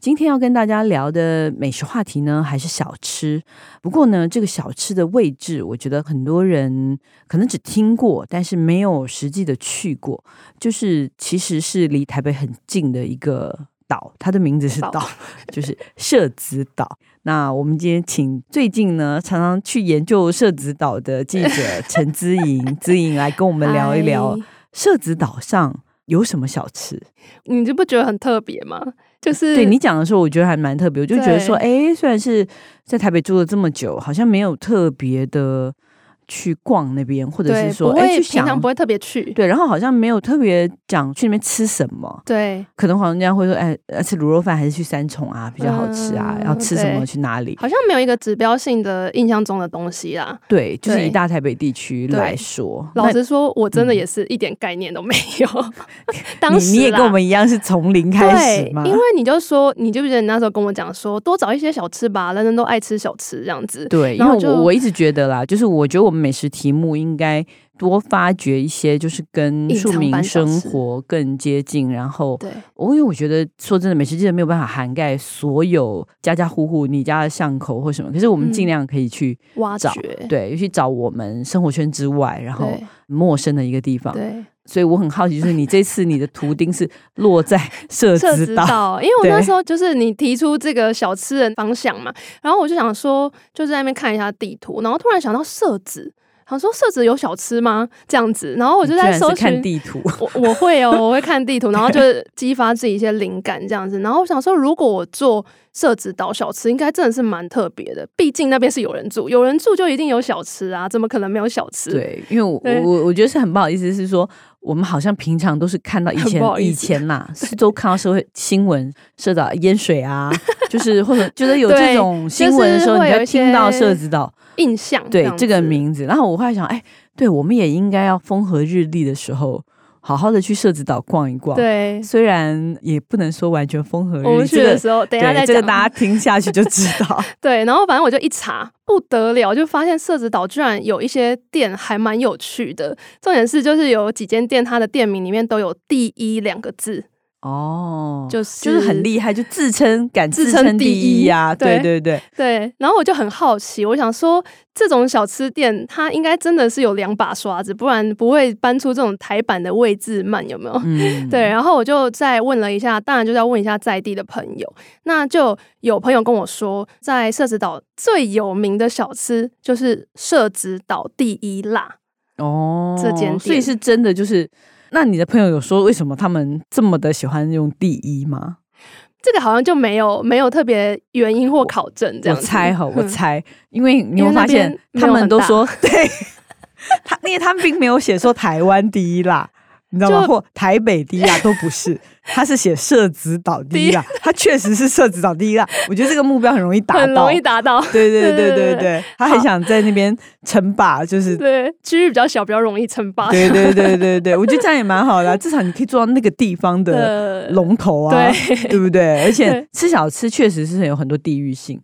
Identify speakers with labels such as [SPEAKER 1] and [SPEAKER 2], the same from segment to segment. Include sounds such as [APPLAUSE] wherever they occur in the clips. [SPEAKER 1] 今天要跟大家聊的美食话题呢，还是小吃。不过呢，这个小吃的位置，我觉得很多人可能只听过，但是没有实际的去过。就是其实是离台北很近的一个岛，它的名字是岛， [LAUGHS] 就是社子岛。那我们今天请最近呢常常去研究社子岛的记者陈姿莹，姿莹来跟我
[SPEAKER 2] 哎
[SPEAKER 1] 们聊一聊
[SPEAKER 2] 嗨
[SPEAKER 1] 社子岛上有什么小吃。
[SPEAKER 2] 你这不觉得很特别吗？就是
[SPEAKER 1] 呃对你讲的时候，我觉得还蛮特别，我就觉得说，哎，虽然是在台北住了这么久，好像没有特别的去逛那边，或者
[SPEAKER 2] 对
[SPEAKER 1] 是说，
[SPEAKER 2] 不
[SPEAKER 1] 哎，去
[SPEAKER 2] 会平
[SPEAKER 1] 想
[SPEAKER 2] 常不会特别去，
[SPEAKER 1] 对，然后好像没有特别讲去那边吃什么，
[SPEAKER 2] 对，
[SPEAKER 1] 可能好像人家会说，哎，呃吃卤肉饭还是去三重啊比较好吃啊，
[SPEAKER 2] 嗯
[SPEAKER 1] 然后吃什么
[SPEAKER 2] 对
[SPEAKER 1] 去哪里？
[SPEAKER 2] 好像没有一个指标性的印象中的东西啦。
[SPEAKER 1] 对，就是以
[SPEAKER 2] 对
[SPEAKER 1] 大台北地区
[SPEAKER 2] 对
[SPEAKER 1] 来说，
[SPEAKER 2] 老
[SPEAKER 1] 那嗯
[SPEAKER 2] 实说，我真的也是一点概念都没
[SPEAKER 1] [LAUGHS]
[SPEAKER 2] 有。当时
[SPEAKER 1] 你你也
[SPEAKER 2] 啦
[SPEAKER 1] 跟我们一样是从零开
[SPEAKER 2] 对
[SPEAKER 1] 始，吗？
[SPEAKER 2] 因为你就说，你记不记得你那时候跟我讲说，多找一些小吃吧，人人都爱吃小吃这样子。
[SPEAKER 1] 对，因
[SPEAKER 2] 然
[SPEAKER 1] 为
[SPEAKER 2] 后就
[SPEAKER 1] 我我一直觉得啦，就是我觉得我们美食题目应该多发掘一些，就是跟
[SPEAKER 2] 隐
[SPEAKER 1] 庶
[SPEAKER 2] 藏
[SPEAKER 1] 民
[SPEAKER 2] 版小
[SPEAKER 1] 生
[SPEAKER 2] 吃
[SPEAKER 1] 活更接近。然后，
[SPEAKER 2] 对
[SPEAKER 1] 我因为我觉得说真的，美食记者没有办法涵盖所有家家户户你家的巷口或什么，可是我们尽
[SPEAKER 2] 嗯
[SPEAKER 1] 量可以去、
[SPEAKER 2] 挖
[SPEAKER 1] 找
[SPEAKER 2] 掘，
[SPEAKER 1] 对，尤其找我们生活圈之外，然后
[SPEAKER 2] 对
[SPEAKER 1] 陌生的一个地方。
[SPEAKER 2] 对，
[SPEAKER 1] 所以我很好奇，就是你这次你的图钉是落在 [LAUGHS] 社
[SPEAKER 2] 社
[SPEAKER 1] 子
[SPEAKER 2] 子
[SPEAKER 1] 岛。
[SPEAKER 2] 岛，因为我那
[SPEAKER 1] 对
[SPEAKER 2] 时候就是你提出这个小吃的方向嘛，然后我就想说，就在那边看一下地图，然后突然想到社子，想说社子有小吃吗？这样子，然后我
[SPEAKER 1] 你
[SPEAKER 2] 就
[SPEAKER 1] 居然
[SPEAKER 2] 在
[SPEAKER 1] 是
[SPEAKER 2] 搜
[SPEAKER 1] 看
[SPEAKER 2] 寻。
[SPEAKER 1] 地图，
[SPEAKER 2] 我我会哦，我会看地图， [LAUGHS] 然后就是激发自己一些灵感这样子。然后我想说，如果我做社子岛小吃，应该真的是蛮特别的，毕竟那边是有人住，有人住就一定有小吃啊，怎么可能没有小吃？
[SPEAKER 1] 对，因为我
[SPEAKER 2] 对
[SPEAKER 1] 我我觉得是很不好意思，是说我们好像平常都是看到以
[SPEAKER 2] 很
[SPEAKER 1] 前
[SPEAKER 2] 不好意
[SPEAKER 1] 以
[SPEAKER 2] 思
[SPEAKER 1] 前呐、是都看到社
[SPEAKER 2] [LAUGHS]
[SPEAKER 1] 会新闻社的淹水啊，就是或者就是有这
[SPEAKER 2] 对
[SPEAKER 1] 种
[SPEAKER 2] 就
[SPEAKER 1] 新闻的
[SPEAKER 2] 是
[SPEAKER 1] 时候，你
[SPEAKER 2] 会有
[SPEAKER 1] 才
[SPEAKER 2] 一
[SPEAKER 1] 听到
[SPEAKER 2] 些
[SPEAKER 1] 社子岛
[SPEAKER 2] 印象
[SPEAKER 1] 对
[SPEAKER 2] 样
[SPEAKER 1] 这个
[SPEAKER 2] 子
[SPEAKER 1] 名字。然后我后来想，哎，对，我们也应该要风和日丽的时候，好好的去社子岛逛一逛。，
[SPEAKER 2] 对，
[SPEAKER 1] 虽然也不能说完全风和
[SPEAKER 2] 我
[SPEAKER 1] 日
[SPEAKER 2] 们
[SPEAKER 1] 丽，
[SPEAKER 2] 去
[SPEAKER 1] 这
[SPEAKER 2] 的
[SPEAKER 1] 个
[SPEAKER 2] 时候，等一下
[SPEAKER 1] 对
[SPEAKER 2] 再
[SPEAKER 1] 这
[SPEAKER 2] 讲。
[SPEAKER 1] 个大家听下去就
[SPEAKER 2] [LAUGHS]
[SPEAKER 1] 知道。
[SPEAKER 2] 对，然后反正我就一查，不得了，就发现社子岛居然有一些店还蛮有趣的。重点是，就是有几间店，它的店名里面都有“第一”两个字，
[SPEAKER 1] 哦，
[SPEAKER 2] 就是
[SPEAKER 1] 就是很厉害，就自称敢
[SPEAKER 2] 自称
[SPEAKER 1] 称
[SPEAKER 2] 第
[SPEAKER 1] 一
[SPEAKER 2] 一
[SPEAKER 1] 呀、对
[SPEAKER 2] 对
[SPEAKER 1] 对对。
[SPEAKER 2] 对。然后我就很好奇，我想说，这种小吃店它应该真的是有两把刷子，不然不会搬出这种台版的位置慢，有没有？
[SPEAKER 1] 嗯，
[SPEAKER 2] [LAUGHS] 对，然后我就再问了一下，当然就是要问一下在地的朋友。那就有朋友跟我说，在社子岛最有名的小吃就是社子岛第一辣。
[SPEAKER 1] 哦，
[SPEAKER 2] 这间
[SPEAKER 1] 所以
[SPEAKER 2] 店
[SPEAKER 1] 是真的就是。那你的朋友有说为什么他们这么的喜欢用第一吗？
[SPEAKER 2] 这个好像就没有没有特别原因或考证这
[SPEAKER 1] 我
[SPEAKER 2] 样子。
[SPEAKER 1] 猜
[SPEAKER 2] [LAUGHS]
[SPEAKER 1] 哈，我
[SPEAKER 2] 嗯
[SPEAKER 1] 猜，因为你
[SPEAKER 2] 因
[SPEAKER 1] 会
[SPEAKER 2] 为
[SPEAKER 1] 发
[SPEAKER 2] 那边
[SPEAKER 1] 现
[SPEAKER 2] 没
[SPEAKER 1] 他
[SPEAKER 2] 有
[SPEAKER 1] 们
[SPEAKER 2] 很
[SPEAKER 1] 都
[SPEAKER 2] 大
[SPEAKER 1] 说 [LAUGHS] 对，他因为他们并没有写说台湾第一啦，你知道吗？
[SPEAKER 2] 就
[SPEAKER 1] 或台北第一啦都不
[SPEAKER 2] [LAUGHS]
[SPEAKER 1] 是，他是写社子岛第一啦，他确实是社子岛第一啦。我觉得这个目标很容易达到，
[SPEAKER 2] 很容易达到。
[SPEAKER 1] 对对对
[SPEAKER 2] 对
[SPEAKER 1] 对
[SPEAKER 2] 对
[SPEAKER 1] 对，他很
[SPEAKER 2] 好
[SPEAKER 1] 想在那边称霸，就是
[SPEAKER 2] 对，区域比较小，比较容易称霸。
[SPEAKER 1] 对对对对对，我觉得这样也蛮
[SPEAKER 2] [LAUGHS]
[SPEAKER 1] 好的啊，至少你可以做到那个地方的
[SPEAKER 2] 的
[SPEAKER 1] 龙头啊，
[SPEAKER 2] 对
[SPEAKER 1] 不对？而且
[SPEAKER 2] 对
[SPEAKER 1] 吃小吃确实是有很多地域性。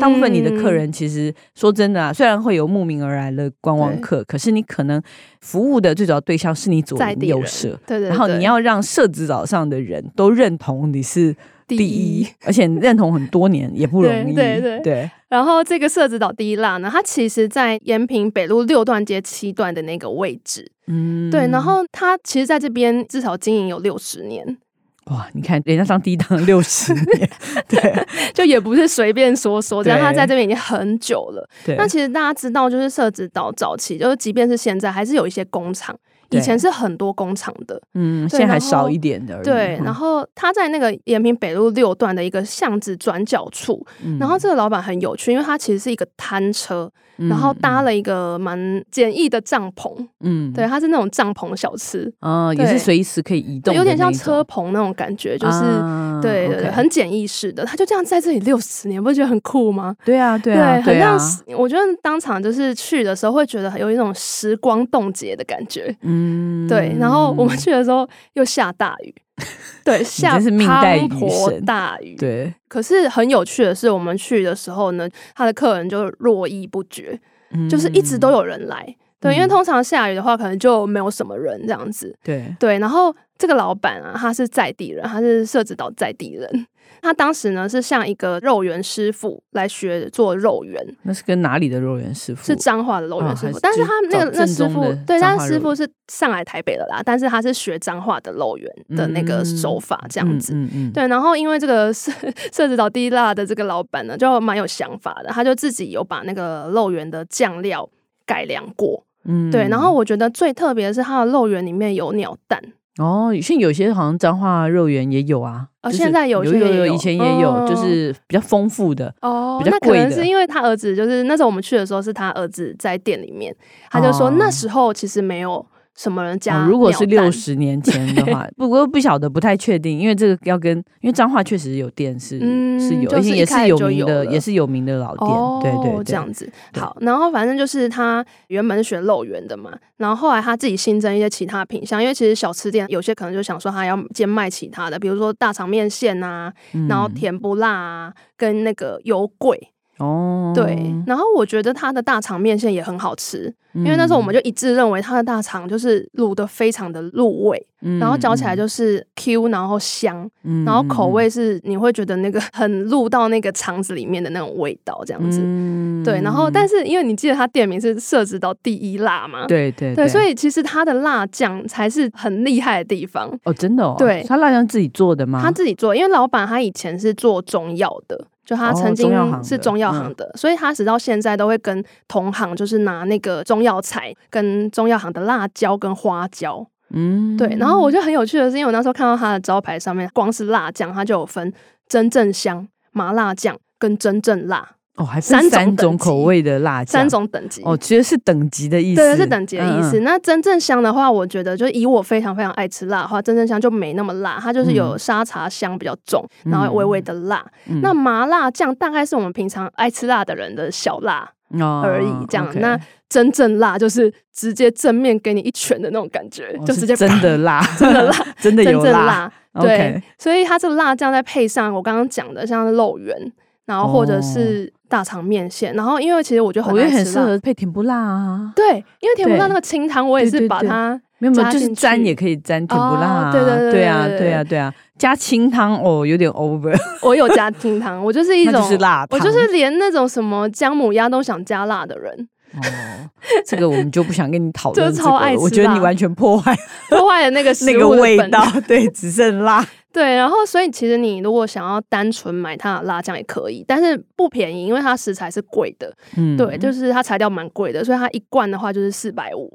[SPEAKER 1] 大部分你的客
[SPEAKER 2] 嗯
[SPEAKER 1] 人其实、说真的啊，虽然会有慕名而来的观光客，可是你可能服务的最主要对象是你左
[SPEAKER 2] 在
[SPEAKER 1] 邻
[SPEAKER 2] 地人
[SPEAKER 1] 右舍，
[SPEAKER 2] 对对，
[SPEAKER 1] 然后
[SPEAKER 2] 对
[SPEAKER 1] 你要让社子岛上的人都认同你是
[SPEAKER 2] 第
[SPEAKER 1] 第一，而且认同很多年也不容易。
[SPEAKER 2] 对对对然后这个社子岛第一辣呢，它其实在延平北路六段街七段的那个位置。
[SPEAKER 1] 嗯，
[SPEAKER 2] 对，然后它其实在这边至少经营有六十年，
[SPEAKER 1] 哇，你看人家当第一当六十年，对
[SPEAKER 2] 就也不是随便说说，这样
[SPEAKER 1] 对
[SPEAKER 2] 它在这边已经很久了。
[SPEAKER 1] 对，
[SPEAKER 2] [LAUGHS] 那其实大家知道，就是社子岛早期，就是即便是现在，还是有一些工厂。以前
[SPEAKER 1] 对
[SPEAKER 2] 是很多工厂的，
[SPEAKER 1] 嗯，
[SPEAKER 2] 对
[SPEAKER 1] 现在还
[SPEAKER 2] 然后
[SPEAKER 1] 少一点的而已。嗯
[SPEAKER 2] 对。然后它在那个延平北路六段的一个巷子转角处，
[SPEAKER 1] 嗯，
[SPEAKER 2] 然后这个老板很有趣，因为他其实是一个摊车，
[SPEAKER 1] 嗯
[SPEAKER 2] 然后搭了一个蛮简易的帐篷，
[SPEAKER 1] 嗯，嗯
[SPEAKER 2] 对，，它是那种帐篷小吃，
[SPEAKER 1] 嗯，也是
[SPEAKER 2] 对
[SPEAKER 1] 随时可以移动
[SPEAKER 2] 对
[SPEAKER 1] 的那一种，
[SPEAKER 2] 有点像车棚那种感觉，就是
[SPEAKER 1] 啊嗯，
[SPEAKER 2] 对对
[SPEAKER 1] OK
[SPEAKER 2] 对，很简易式的，他就这样在这里六十年，不觉得很酷吗？
[SPEAKER 1] 对啊，对啊，
[SPEAKER 2] 很
[SPEAKER 1] 对啊
[SPEAKER 2] 让，我觉得当场就是去的时候会觉得有一种时光冻结的感觉。
[SPEAKER 1] 嗯，
[SPEAKER 2] 对，然后我们去的时候又下大
[SPEAKER 1] [LAUGHS]
[SPEAKER 2] 雨，对，下
[SPEAKER 1] 真是命带雨
[SPEAKER 2] 滂沱
[SPEAKER 1] 神
[SPEAKER 2] 大雨。
[SPEAKER 1] [LAUGHS] 对，
[SPEAKER 2] 可是很有趣的是，我们去的时候呢，他的客人就络绎不绝，
[SPEAKER 1] 嗯
[SPEAKER 2] 就是一直都
[SPEAKER 1] 有
[SPEAKER 2] 有人来。对，因为
[SPEAKER 1] 嗯
[SPEAKER 2] 通常下雨的话，可能就没有什么人这样子。
[SPEAKER 1] 对，
[SPEAKER 2] 对，然后这个老板啊，他是在地人，他是社子岛在地人。他当时呢是向一个肉圆师傅来学做肉圆，
[SPEAKER 1] 那是跟哪里的肉圆师傅？
[SPEAKER 2] 是彰化的肉圆
[SPEAKER 1] 哦
[SPEAKER 2] 师
[SPEAKER 1] 还
[SPEAKER 2] 傅。
[SPEAKER 1] 是
[SPEAKER 2] 但是
[SPEAKER 1] 就是
[SPEAKER 2] 他那
[SPEAKER 1] 找
[SPEAKER 2] 个那
[SPEAKER 1] 正
[SPEAKER 2] 师
[SPEAKER 1] 宗
[SPEAKER 2] 傅
[SPEAKER 1] 的，
[SPEAKER 2] 对，
[SPEAKER 1] 彰
[SPEAKER 2] 他
[SPEAKER 1] 化
[SPEAKER 2] 师
[SPEAKER 1] 肉
[SPEAKER 2] 傅是上来台北了啦，但是他是学彰化的肉圆的那个手法这样子。
[SPEAKER 1] 嗯嗯嗯，
[SPEAKER 2] 对，然后因为这个 [LAUGHS] 社社子岛地辣的这个老板呢，就蛮有想法的，他就自己有把那个肉圆的酱料改良过。
[SPEAKER 1] 嗯
[SPEAKER 2] 对，然后我觉得最特别的是它的肉圆里面有鸟蛋，
[SPEAKER 1] 哦，现在有些好像彰化肉圆也有啊，就
[SPEAKER 2] 哦
[SPEAKER 1] 是
[SPEAKER 2] 现在有
[SPEAKER 1] 有
[SPEAKER 2] 些也
[SPEAKER 1] 有
[SPEAKER 2] 有
[SPEAKER 1] 以前也有，就
[SPEAKER 2] 哦
[SPEAKER 1] 是比较丰富的，
[SPEAKER 2] 哦
[SPEAKER 1] 比较
[SPEAKER 2] 那可
[SPEAKER 1] 贵
[SPEAKER 2] 能
[SPEAKER 1] 的
[SPEAKER 2] 是因为他儿子，就是那时候我们去的时候是他儿子在店里面，他就说
[SPEAKER 1] 哦
[SPEAKER 2] 那时候其实没有什么人加、
[SPEAKER 1] 哦，如果是六，十年前的
[SPEAKER 2] [LAUGHS]
[SPEAKER 1] 话，不过不晓得，不太确定，因为这个要跟，因为彰化确实有店是、
[SPEAKER 2] 嗯
[SPEAKER 1] 是有，
[SPEAKER 2] 就是
[SPEAKER 1] 而且也
[SPEAKER 2] 一开
[SPEAKER 1] 是
[SPEAKER 2] 始
[SPEAKER 1] 有
[SPEAKER 2] 就
[SPEAKER 1] 名
[SPEAKER 2] 有
[SPEAKER 1] 的，
[SPEAKER 2] 了
[SPEAKER 1] 也是有名的老店，
[SPEAKER 2] 哦，
[SPEAKER 1] 对对对，
[SPEAKER 2] 这样子。
[SPEAKER 1] 对
[SPEAKER 2] 好，然后反正就是他原本是学肉圆的嘛，然后后来他自己新增一些其他品相，因为其实小吃店有些可能就想说他要兼卖其他的，比如说大肠面线啊，
[SPEAKER 1] 嗯，
[SPEAKER 2] 然后甜不辣啊，跟那个油桂。
[SPEAKER 1] 哦，
[SPEAKER 2] 对，然后我觉得他的大肠面线也很好吃，
[SPEAKER 1] 因，
[SPEAKER 2] 因为那时候我们就一致认为它的大肠就是卤的非常的入味，然后嚼起来就是是 Q，然后香，
[SPEAKER 1] 嗯
[SPEAKER 2] 然后口味是你会觉得那个 [LAUGHS] 很入到那个肠子里面的那种味道这样子。
[SPEAKER 1] 嗯
[SPEAKER 2] 对，然后但
[SPEAKER 1] 是
[SPEAKER 2] 是因为你记得它店名是设置到第一辣嘛，
[SPEAKER 1] 对对
[SPEAKER 2] 对，所以其实它的辣酱才是很厉害的地方。
[SPEAKER 1] 哦，真的哦，
[SPEAKER 2] 对
[SPEAKER 1] 他辣酱自己做的吗？
[SPEAKER 2] 他自己做，因为老板他以前是做中药的，就他
[SPEAKER 1] 哦
[SPEAKER 2] 曾经
[SPEAKER 1] 中药行的嗯
[SPEAKER 2] 是中药行的，所以他直到现在都会跟同行，就是拿那个中药材跟中药行的辣椒跟花椒。
[SPEAKER 1] 嗯
[SPEAKER 2] 对，然后我觉得很有趣的是，因为我那时候看到他的招牌上面，光是辣酱，它就有分真正香、麻辣酱跟真正辣
[SPEAKER 1] 哦还分
[SPEAKER 2] 三种
[SPEAKER 1] 三种
[SPEAKER 2] 等级
[SPEAKER 1] 口味的辣酱，
[SPEAKER 2] 三种等级。
[SPEAKER 1] 哦，其实是等级的意思，
[SPEAKER 2] 对，是等级的意思。
[SPEAKER 1] 嗯嗯
[SPEAKER 2] 那真正香的话，我觉得就以我非常非常爱吃辣的话，真正香就没那么辣，它就是有
[SPEAKER 1] 嗯
[SPEAKER 2] 沙茶香比较重，
[SPEAKER 1] 嗯
[SPEAKER 2] 然后微微的辣。
[SPEAKER 1] 嗯
[SPEAKER 2] 那麻辣酱大概是我们平常爱吃辣的人的小辣
[SPEAKER 1] 哦
[SPEAKER 2] 而已，这样。
[SPEAKER 1] OK
[SPEAKER 2] 那真正辣就是直接正面给你一拳的那种感觉，
[SPEAKER 1] 哦
[SPEAKER 2] 就是直接
[SPEAKER 1] 真的辣，
[SPEAKER 2] 真的辣，
[SPEAKER 1] [LAUGHS] 真的
[SPEAKER 2] 真
[SPEAKER 1] 有
[SPEAKER 2] 正辣。对
[SPEAKER 1] OK，
[SPEAKER 2] 所以它这个辣酱再配上我刚刚讲的，像是肉圆，然后或者是大肠面线，然后因为其实我就很
[SPEAKER 1] 我觉
[SPEAKER 2] 爱
[SPEAKER 1] 得哦很
[SPEAKER 2] 吃
[SPEAKER 1] 适
[SPEAKER 2] 辣，
[SPEAKER 1] 合配甜不辣啊，
[SPEAKER 2] 对，因为甜不辣
[SPEAKER 1] 对
[SPEAKER 2] 那个清汤，我也
[SPEAKER 1] 对
[SPEAKER 2] 是
[SPEAKER 1] 对
[SPEAKER 2] 把
[SPEAKER 1] 对
[SPEAKER 2] 它
[SPEAKER 1] 没有没有，
[SPEAKER 2] 加
[SPEAKER 1] 就是
[SPEAKER 2] 进
[SPEAKER 1] 沾
[SPEAKER 2] 去
[SPEAKER 1] 也可以沾甜不辣啊，
[SPEAKER 2] 哦对对对
[SPEAKER 1] 对啊
[SPEAKER 2] 对对
[SPEAKER 1] 对啊对啊，加清汤哦有点
[SPEAKER 2] [LAUGHS]
[SPEAKER 1] over，
[SPEAKER 2] 我有加清汤，我就是一
[SPEAKER 1] 那
[SPEAKER 2] 种
[SPEAKER 1] 就是辣汤，
[SPEAKER 2] 我就是连那种什么姜母鸭都想加辣的人，
[SPEAKER 1] [LAUGHS] 哦，这个我们就不想跟你讨论
[SPEAKER 2] [LAUGHS] 就
[SPEAKER 1] 这
[SPEAKER 2] 超
[SPEAKER 1] 个
[SPEAKER 2] 爱
[SPEAKER 1] 了，我
[SPEAKER 2] 吃
[SPEAKER 1] 觉得你
[SPEAKER 2] 辣
[SPEAKER 1] 完全破坏
[SPEAKER 2] 破坏了那个
[SPEAKER 1] 那
[SPEAKER 2] 食
[SPEAKER 1] 个
[SPEAKER 2] 物的
[SPEAKER 1] 味
[SPEAKER 2] 本
[SPEAKER 1] 道，对，只剩辣，
[SPEAKER 2] [LAUGHS] 对，然后所以其实你如果想要单纯买它的辣酱也可以，但是不便宜，因为它食材是贵的，
[SPEAKER 1] 嗯
[SPEAKER 2] 对，就是它材料蛮贵的，所以它一罐的话就是四百五，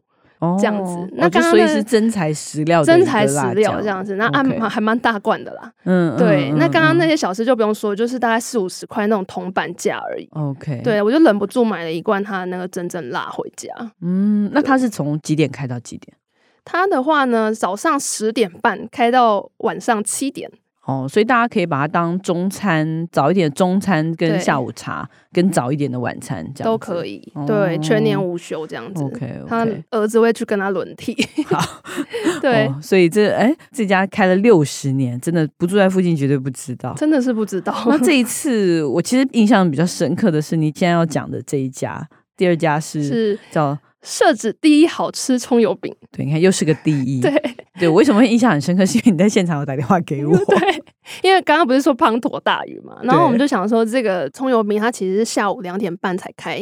[SPEAKER 2] 这样子
[SPEAKER 1] 哦
[SPEAKER 2] 那
[SPEAKER 1] 哦就
[SPEAKER 2] 刚刚
[SPEAKER 1] 所以
[SPEAKER 2] 那
[SPEAKER 1] 是真材实料的一
[SPEAKER 2] 真
[SPEAKER 1] 个
[SPEAKER 2] 材实
[SPEAKER 1] 哦辣
[SPEAKER 2] 料
[SPEAKER 1] 酱
[SPEAKER 2] 这样子，那按
[SPEAKER 1] OK
[SPEAKER 2] 蛮还蛮大罐的啦。
[SPEAKER 1] 嗯，嗯
[SPEAKER 2] 对，那
[SPEAKER 1] 嗯
[SPEAKER 2] 刚刚那
[SPEAKER 1] 嗯
[SPEAKER 2] 些小吃就不用说，就是大概四五十块那种铜板价而已。
[SPEAKER 1] OK，，
[SPEAKER 2] 对，我就忍不住买了一罐它的那个真正辣回家。
[SPEAKER 1] 嗯，那它是从几点开到几点？
[SPEAKER 2] 它的话呢，早上十点半开到晚上七点，
[SPEAKER 1] 哦，所以大家可以把它当中餐，早一点的中餐跟
[SPEAKER 2] 对
[SPEAKER 1] 下午茶，跟早一点的晚餐这样
[SPEAKER 2] 都
[SPEAKER 1] 子
[SPEAKER 2] 可。以
[SPEAKER 1] 哦，
[SPEAKER 2] 对，全年无休这样子。
[SPEAKER 1] OK
[SPEAKER 2] 他
[SPEAKER 1] OK，
[SPEAKER 2] 儿子会去跟他轮替。
[SPEAKER 1] [LAUGHS] 好，
[SPEAKER 2] 对，
[SPEAKER 1] 哦，所以这哎这家开了六十年，真的不住在附近绝对不知道。
[SPEAKER 2] 真的是不知道。
[SPEAKER 1] 那这一次我其实印象比较深刻的是你现在要讲的这一家，第二家是
[SPEAKER 2] 是
[SPEAKER 1] 叫
[SPEAKER 2] 设置第一好吃葱油饼，
[SPEAKER 1] 对，你看又是个第一。
[SPEAKER 2] 对
[SPEAKER 1] 对，我为什么会印象很深刻？是因为你在现场有打电话给我。
[SPEAKER 2] 对，因为刚刚不是说滂沱大雨嘛，然后我们就想说这个葱油饼它其实是下午两点半才开，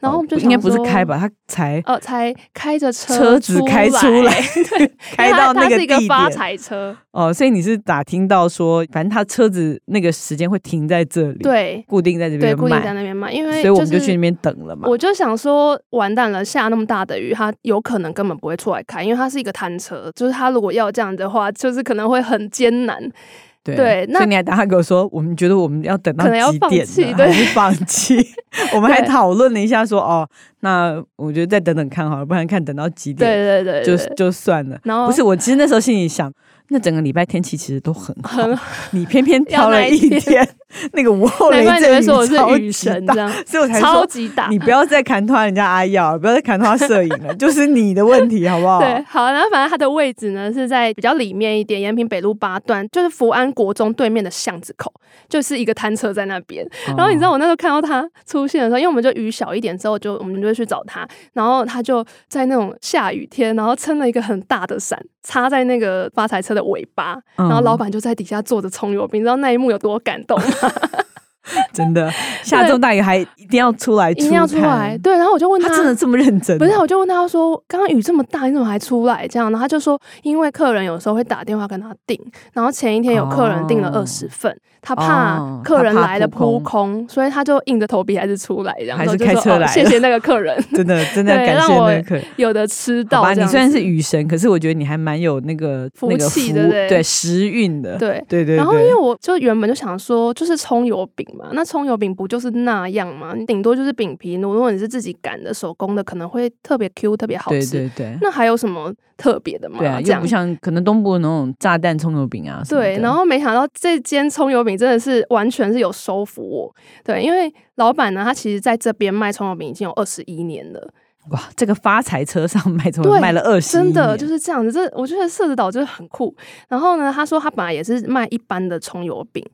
[SPEAKER 2] 然后我们就
[SPEAKER 1] 哦应
[SPEAKER 2] 想
[SPEAKER 1] 该不是
[SPEAKER 2] 说
[SPEAKER 1] 开？吧，他才
[SPEAKER 2] 呃，才开着
[SPEAKER 1] 车子开出
[SPEAKER 2] 出，
[SPEAKER 1] 来
[SPEAKER 2] 对，
[SPEAKER 1] 开到那
[SPEAKER 2] 因为它它是
[SPEAKER 1] 地
[SPEAKER 2] 一个
[SPEAKER 1] 点。
[SPEAKER 2] 发财车，
[SPEAKER 1] 哦，所以你是打听到说，反正他车子那个时间会停在这里，，
[SPEAKER 2] 对
[SPEAKER 1] 固定在这
[SPEAKER 2] 对，
[SPEAKER 1] 边
[SPEAKER 2] 固定在
[SPEAKER 1] 卖，
[SPEAKER 2] 那边卖，因为
[SPEAKER 1] 所以我们
[SPEAKER 2] 就
[SPEAKER 1] 就是去那边等了嘛。
[SPEAKER 2] 我就想说，完蛋了，下那么大的雨，它有可能根本不会出来开，因为它是一个摊车，就是它如果要这样的话，就是可能会很艰难。
[SPEAKER 1] 对
[SPEAKER 2] 对那
[SPEAKER 1] 所以你还打电话给我说，我们觉得我们要等到
[SPEAKER 2] 可能要
[SPEAKER 1] 几
[SPEAKER 2] 放
[SPEAKER 1] 点
[SPEAKER 2] 弃
[SPEAKER 1] 呢 [LAUGHS]
[SPEAKER 2] 对
[SPEAKER 1] 还是放弃？我们还
[SPEAKER 2] 对
[SPEAKER 1] 讨论了一下说，哦，那我觉得再等等看好了，不然看等到几点
[SPEAKER 2] 对对对对哦
[SPEAKER 1] 就就算了。
[SPEAKER 2] 然后
[SPEAKER 1] 不是，我其实那时候心里想，那整个礼拜天气其实都很好，
[SPEAKER 2] 很
[SPEAKER 1] 你偏偏挑了一
[SPEAKER 2] 要那一
[SPEAKER 1] 天 [LAUGHS] 那个午后雷
[SPEAKER 2] 难怪你
[SPEAKER 1] 阵
[SPEAKER 2] 们
[SPEAKER 1] 雨
[SPEAKER 2] 说我
[SPEAKER 1] 超
[SPEAKER 2] 是
[SPEAKER 1] 级
[SPEAKER 2] 雨神
[SPEAKER 1] 大
[SPEAKER 2] 这样，
[SPEAKER 1] 所以我才
[SPEAKER 2] 超
[SPEAKER 1] 说
[SPEAKER 2] 级大。
[SPEAKER 1] 你不要再砍他人家阿耀了，不要再砍他摄影
[SPEAKER 2] [LAUGHS]
[SPEAKER 1] 了，就是你的问题好不好？
[SPEAKER 2] 对，好，然后反正它的位置呢是在比较里面一点，延平北路八段，就是福安国中对面的巷子口，就是一个摊车在那边。
[SPEAKER 1] 嗯
[SPEAKER 2] 然
[SPEAKER 1] 哦
[SPEAKER 2] 后你知道我那时候看到他出现的时候，因为我们就雨小一点之后就我们就去找他，然后他就在那种下雨天，然后撑了一个很大的伞插在那个发财车的尾巴，
[SPEAKER 1] 嗯
[SPEAKER 2] 然后老板就在底下坐着葱油饼，你知道那一幕有多感
[SPEAKER 1] [LAUGHS]
[SPEAKER 2] 动吗？
[SPEAKER 1] 真的，下周大雨还一定要出来，
[SPEAKER 2] 一定要出来。。对，然后我就问
[SPEAKER 1] 他真的这么认真啊？
[SPEAKER 2] 不是，我就问他说：“刚刚雨这么大，你怎么还出来？”这样，然后他就说：“因为客人有时候会打电话跟他订，然后前一天有客人订了
[SPEAKER 1] 哦
[SPEAKER 2] 二十份，他怕
[SPEAKER 1] 哦
[SPEAKER 2] 客人
[SPEAKER 1] 他怕
[SPEAKER 2] 来了扑
[SPEAKER 1] 扑空
[SPEAKER 2] 空，所以他就硬着头皮还是出来，这样
[SPEAKER 1] 还是
[SPEAKER 2] 然后就
[SPEAKER 1] 开
[SPEAKER 2] 说
[SPEAKER 1] 车
[SPEAKER 2] 哦
[SPEAKER 1] 来
[SPEAKER 2] 谢谢那个客人，
[SPEAKER 1] 真的，真的
[SPEAKER 2] [LAUGHS] 对
[SPEAKER 1] 感谢
[SPEAKER 2] 让我
[SPEAKER 1] 那个客人。
[SPEAKER 2] 有的吃
[SPEAKER 1] 好
[SPEAKER 2] 到。
[SPEAKER 1] 吧，
[SPEAKER 2] 这
[SPEAKER 1] 你
[SPEAKER 2] 样
[SPEAKER 1] 虽然
[SPEAKER 2] 子
[SPEAKER 1] 是雨神，可是我觉得你还蛮有那个
[SPEAKER 2] 福
[SPEAKER 1] 那个
[SPEAKER 2] 气
[SPEAKER 1] 福
[SPEAKER 2] 对不对
[SPEAKER 1] 对时运的，
[SPEAKER 2] 对。”
[SPEAKER 1] 对对。
[SPEAKER 2] 然后，因
[SPEAKER 1] 对
[SPEAKER 2] 为我就原本就想说，就是葱油饼嘛，那葱油饼不就是那样嘛？你顶多就是饼皮，如果你是自己擀的、手工的，可能会特别 Q、特别好
[SPEAKER 1] 对
[SPEAKER 2] 吃。
[SPEAKER 1] 对对。
[SPEAKER 2] 那还有什么特别的吗？
[SPEAKER 1] 对啊，
[SPEAKER 2] 这
[SPEAKER 1] 又
[SPEAKER 2] 样
[SPEAKER 1] 不像可能东部的那种炸弹葱油饼啊什么的。
[SPEAKER 2] 对，然后没想到这间葱油饼真的是完全是有收服我。对，因为老板呢，他其实在这边卖葱油饼已经有二十一年了，
[SPEAKER 1] 哇，这个发财车上卖葱油
[SPEAKER 2] 对
[SPEAKER 1] 饼卖了二十，
[SPEAKER 2] 真的就是是这样子。这我觉得社子岛就是很酷。然后呢，他说他本来也是卖一般的葱油饼，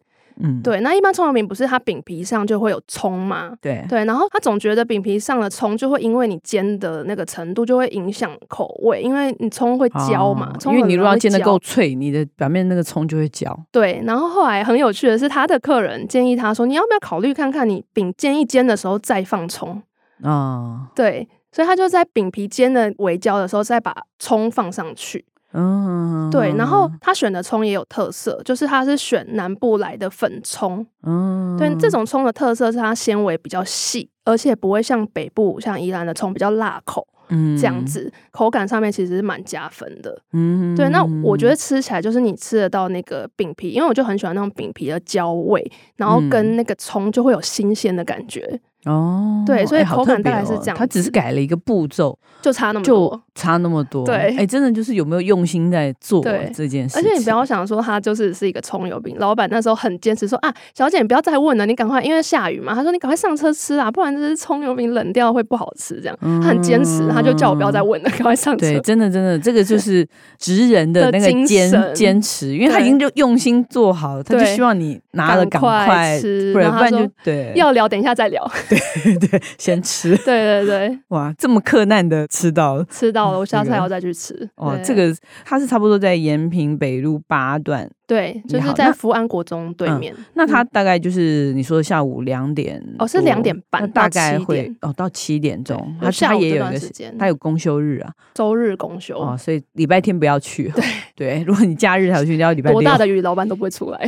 [SPEAKER 1] 嗯，
[SPEAKER 2] 对，那一般葱油饼不是它饼皮上就会有葱吗？
[SPEAKER 1] 对
[SPEAKER 2] 对，然后他总觉得饼皮上的葱就会因为你煎的那个程度就会影响口味，因为你葱会焦嘛
[SPEAKER 1] 哦，
[SPEAKER 2] 葱
[SPEAKER 1] 因为
[SPEAKER 2] 很
[SPEAKER 1] 你如
[SPEAKER 2] 容
[SPEAKER 1] 果要
[SPEAKER 2] 易
[SPEAKER 1] 煎的
[SPEAKER 2] 焦
[SPEAKER 1] 够脆，你的表面那个葱就会焦。
[SPEAKER 2] 对，然后后来很有趣的是，他的客人建议他说：“你要不要考虑看看，你饼煎一煎的时候再放葱
[SPEAKER 1] 啊，？”
[SPEAKER 2] 对，所以他就在饼皮煎的微焦的时候再把葱放上去。
[SPEAKER 1] 嗯，
[SPEAKER 2] 对，然后他选的葱也有特色，就是他是选南部来的粉葱。
[SPEAKER 1] 嗯，
[SPEAKER 2] 对，这种葱的特色是它纤维比较细，而且不会像北部像宜兰的葱比较辣口
[SPEAKER 1] 嗯
[SPEAKER 2] 这样，子，口感上面其实是蛮加分的。
[SPEAKER 1] 嗯，
[SPEAKER 2] 对，那我觉得吃起来就是你吃得到那个饼皮，因为我就很喜欢那种饼皮的焦味，然后
[SPEAKER 1] 嗯
[SPEAKER 2] 跟那个葱就会有新鲜的感觉，
[SPEAKER 1] 哦，
[SPEAKER 2] 对所以
[SPEAKER 1] 哎好
[SPEAKER 2] 口感
[SPEAKER 1] 特别
[SPEAKER 2] 大概是
[SPEAKER 1] 哦
[SPEAKER 2] 这样
[SPEAKER 1] 它只是改了一个步骤，
[SPEAKER 2] 就差那么
[SPEAKER 1] 就
[SPEAKER 2] 多。
[SPEAKER 1] 差那么多。
[SPEAKER 2] 对
[SPEAKER 1] 哎，真的就是有没有用心在做
[SPEAKER 2] 对
[SPEAKER 1] 这件事
[SPEAKER 2] 而
[SPEAKER 1] 情？
[SPEAKER 2] 且你不要想说它就是是一个葱油饼，老板那时候很坚持说啊，小姐你不要再问了，你赶快，因为下雨嘛，他说你赶快上车吃啊，不然这是葱油饼冷掉会不好吃这样。
[SPEAKER 1] 嗯
[SPEAKER 2] 他很坚持，他就叫我不要再问了，赶快上车。
[SPEAKER 1] 对，真的真的，这个就是职人的
[SPEAKER 2] 的
[SPEAKER 1] 那个
[SPEAKER 2] 精
[SPEAKER 1] 坚
[SPEAKER 2] 神
[SPEAKER 1] 坚持，因为他已
[SPEAKER 2] 对
[SPEAKER 1] 经就用心做好，他就
[SPEAKER 2] 对
[SPEAKER 1] 希望你拿了赶
[SPEAKER 2] 赶快
[SPEAKER 1] 快
[SPEAKER 2] 吃
[SPEAKER 1] 不然不
[SPEAKER 2] 然后
[SPEAKER 1] 然
[SPEAKER 2] 他
[SPEAKER 1] 就
[SPEAKER 2] 说
[SPEAKER 1] 对
[SPEAKER 2] 要聊等一下再聊。 [LAUGHS]
[SPEAKER 1] 对先吃
[SPEAKER 2] 对对对，
[SPEAKER 1] 哇，这么克难的吃到了
[SPEAKER 2] 吃到了，我下次
[SPEAKER 1] 这个
[SPEAKER 2] 还要再去吃。
[SPEAKER 1] 哇，
[SPEAKER 2] 对
[SPEAKER 1] 这个它是差不多在延平北路八段，
[SPEAKER 2] 对，就
[SPEAKER 1] 你好
[SPEAKER 2] 是
[SPEAKER 1] 那
[SPEAKER 2] 在福安国中对
[SPEAKER 1] 嗯
[SPEAKER 2] 面。
[SPEAKER 1] 那它大概就是你说下午两点
[SPEAKER 2] 哦是
[SPEAKER 1] 多
[SPEAKER 2] 2:30
[SPEAKER 1] 那
[SPEAKER 2] 到
[SPEAKER 1] 大概
[SPEAKER 2] 7
[SPEAKER 1] 会
[SPEAKER 2] 点
[SPEAKER 1] 哦到七点
[SPEAKER 2] 对
[SPEAKER 1] 钟，
[SPEAKER 2] 就
[SPEAKER 1] 它
[SPEAKER 2] 下
[SPEAKER 1] 它
[SPEAKER 2] 午
[SPEAKER 1] 也有
[SPEAKER 2] 这
[SPEAKER 1] 一
[SPEAKER 2] 段
[SPEAKER 1] 个
[SPEAKER 2] 时嗯间，
[SPEAKER 1] 它有公休日啊，
[SPEAKER 2] 周日公休，
[SPEAKER 1] 哦，所以礼拜天不要去。对对，如果你假日才有去，你要礼拜
[SPEAKER 2] 多大
[SPEAKER 1] 六，
[SPEAKER 2] 的雨老板都不会出来，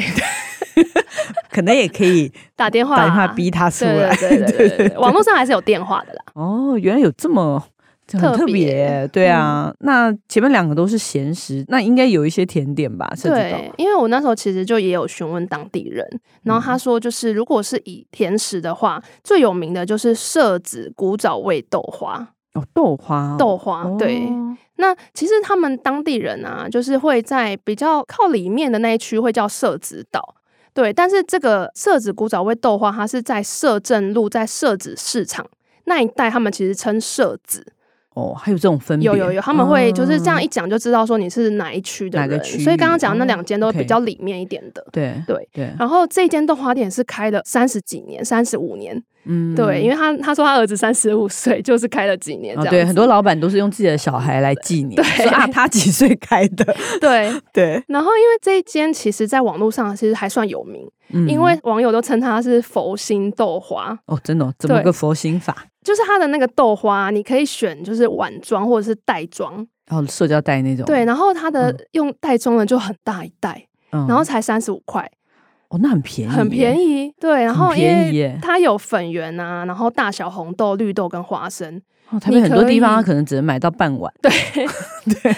[SPEAKER 1] 可能也可
[SPEAKER 2] [LAUGHS]
[SPEAKER 1] 以
[SPEAKER 2] 打电话啊
[SPEAKER 1] 打电话逼他出
[SPEAKER 2] 对
[SPEAKER 1] 来。
[SPEAKER 2] 对对对对对，网络上还是有电话的啦。
[SPEAKER 1] 哦，原来有这么这很
[SPEAKER 2] 特
[SPEAKER 1] 特
[SPEAKER 2] 别嗯
[SPEAKER 1] 别，对啊。那前面两个都是咸食，那应该有一些甜点吧？涉及到
[SPEAKER 2] 对，因为我那时候其实就也有询问当地人，然后
[SPEAKER 1] 嗯
[SPEAKER 2] 他说就是如果是以甜食的话，最有名的就是社子古早味豆花，
[SPEAKER 1] 哦，豆花哦，
[SPEAKER 2] 豆花
[SPEAKER 1] 哦
[SPEAKER 2] 对。那其实他们当地人啊，就是会在比较靠里面的那一区会叫社子岛。对，但是这个社子古早味豆花，它是在社镇路，在社子市场那一带，他们其实称社子。
[SPEAKER 1] 哦，还有这种分别，
[SPEAKER 2] 有有有，他们会就是这样
[SPEAKER 1] 嗯
[SPEAKER 2] 一讲就知道说你是哪一区的
[SPEAKER 1] 哪
[SPEAKER 2] 人。
[SPEAKER 1] 个区域
[SPEAKER 2] 所以刚刚讲的那两间都
[SPEAKER 1] 哦
[SPEAKER 2] 比较里面一点的。
[SPEAKER 1] 对
[SPEAKER 2] 对
[SPEAKER 1] 对，
[SPEAKER 2] 然后这间豆花店是开了三十几年，三十五年，
[SPEAKER 1] 嗯
[SPEAKER 2] 对，因为他他说他儿子三十五岁，就是开了几年这
[SPEAKER 1] 哦，
[SPEAKER 2] 样、
[SPEAKER 1] 对，很多老板都是用自己的小孩来纪念，
[SPEAKER 2] 对
[SPEAKER 1] 说啊，他几岁开的？
[SPEAKER 2] 对，
[SPEAKER 1] 对，
[SPEAKER 2] 然后因为这一间其实在网络上其实还算有名，
[SPEAKER 1] 嗯
[SPEAKER 2] 因为网友都称它是佛心豆花，
[SPEAKER 1] 哦，真的哦怎么
[SPEAKER 2] 对
[SPEAKER 1] 个佛心法？
[SPEAKER 2] 就是它的那个豆花，啊你可以选就是碗装或者是袋装，
[SPEAKER 1] 哦，塑胶袋那种，
[SPEAKER 2] 对，然后它的
[SPEAKER 1] 嗯
[SPEAKER 2] 用袋装的就很大一袋，
[SPEAKER 1] 嗯，
[SPEAKER 2] 然后才三十五块，
[SPEAKER 1] 哦，那很便宜，
[SPEAKER 2] 很便
[SPEAKER 1] 宜，
[SPEAKER 2] 宜，对，然后
[SPEAKER 1] 很
[SPEAKER 2] 因
[SPEAKER 1] 便宜
[SPEAKER 2] 为
[SPEAKER 1] 耶
[SPEAKER 2] 它有粉圆啊，然后大小红豆、绿豆跟花生，
[SPEAKER 1] 哦台北
[SPEAKER 2] 你
[SPEAKER 1] 很多
[SPEAKER 2] 可
[SPEAKER 1] 地方
[SPEAKER 2] 以
[SPEAKER 1] 它可能只能买到半碗，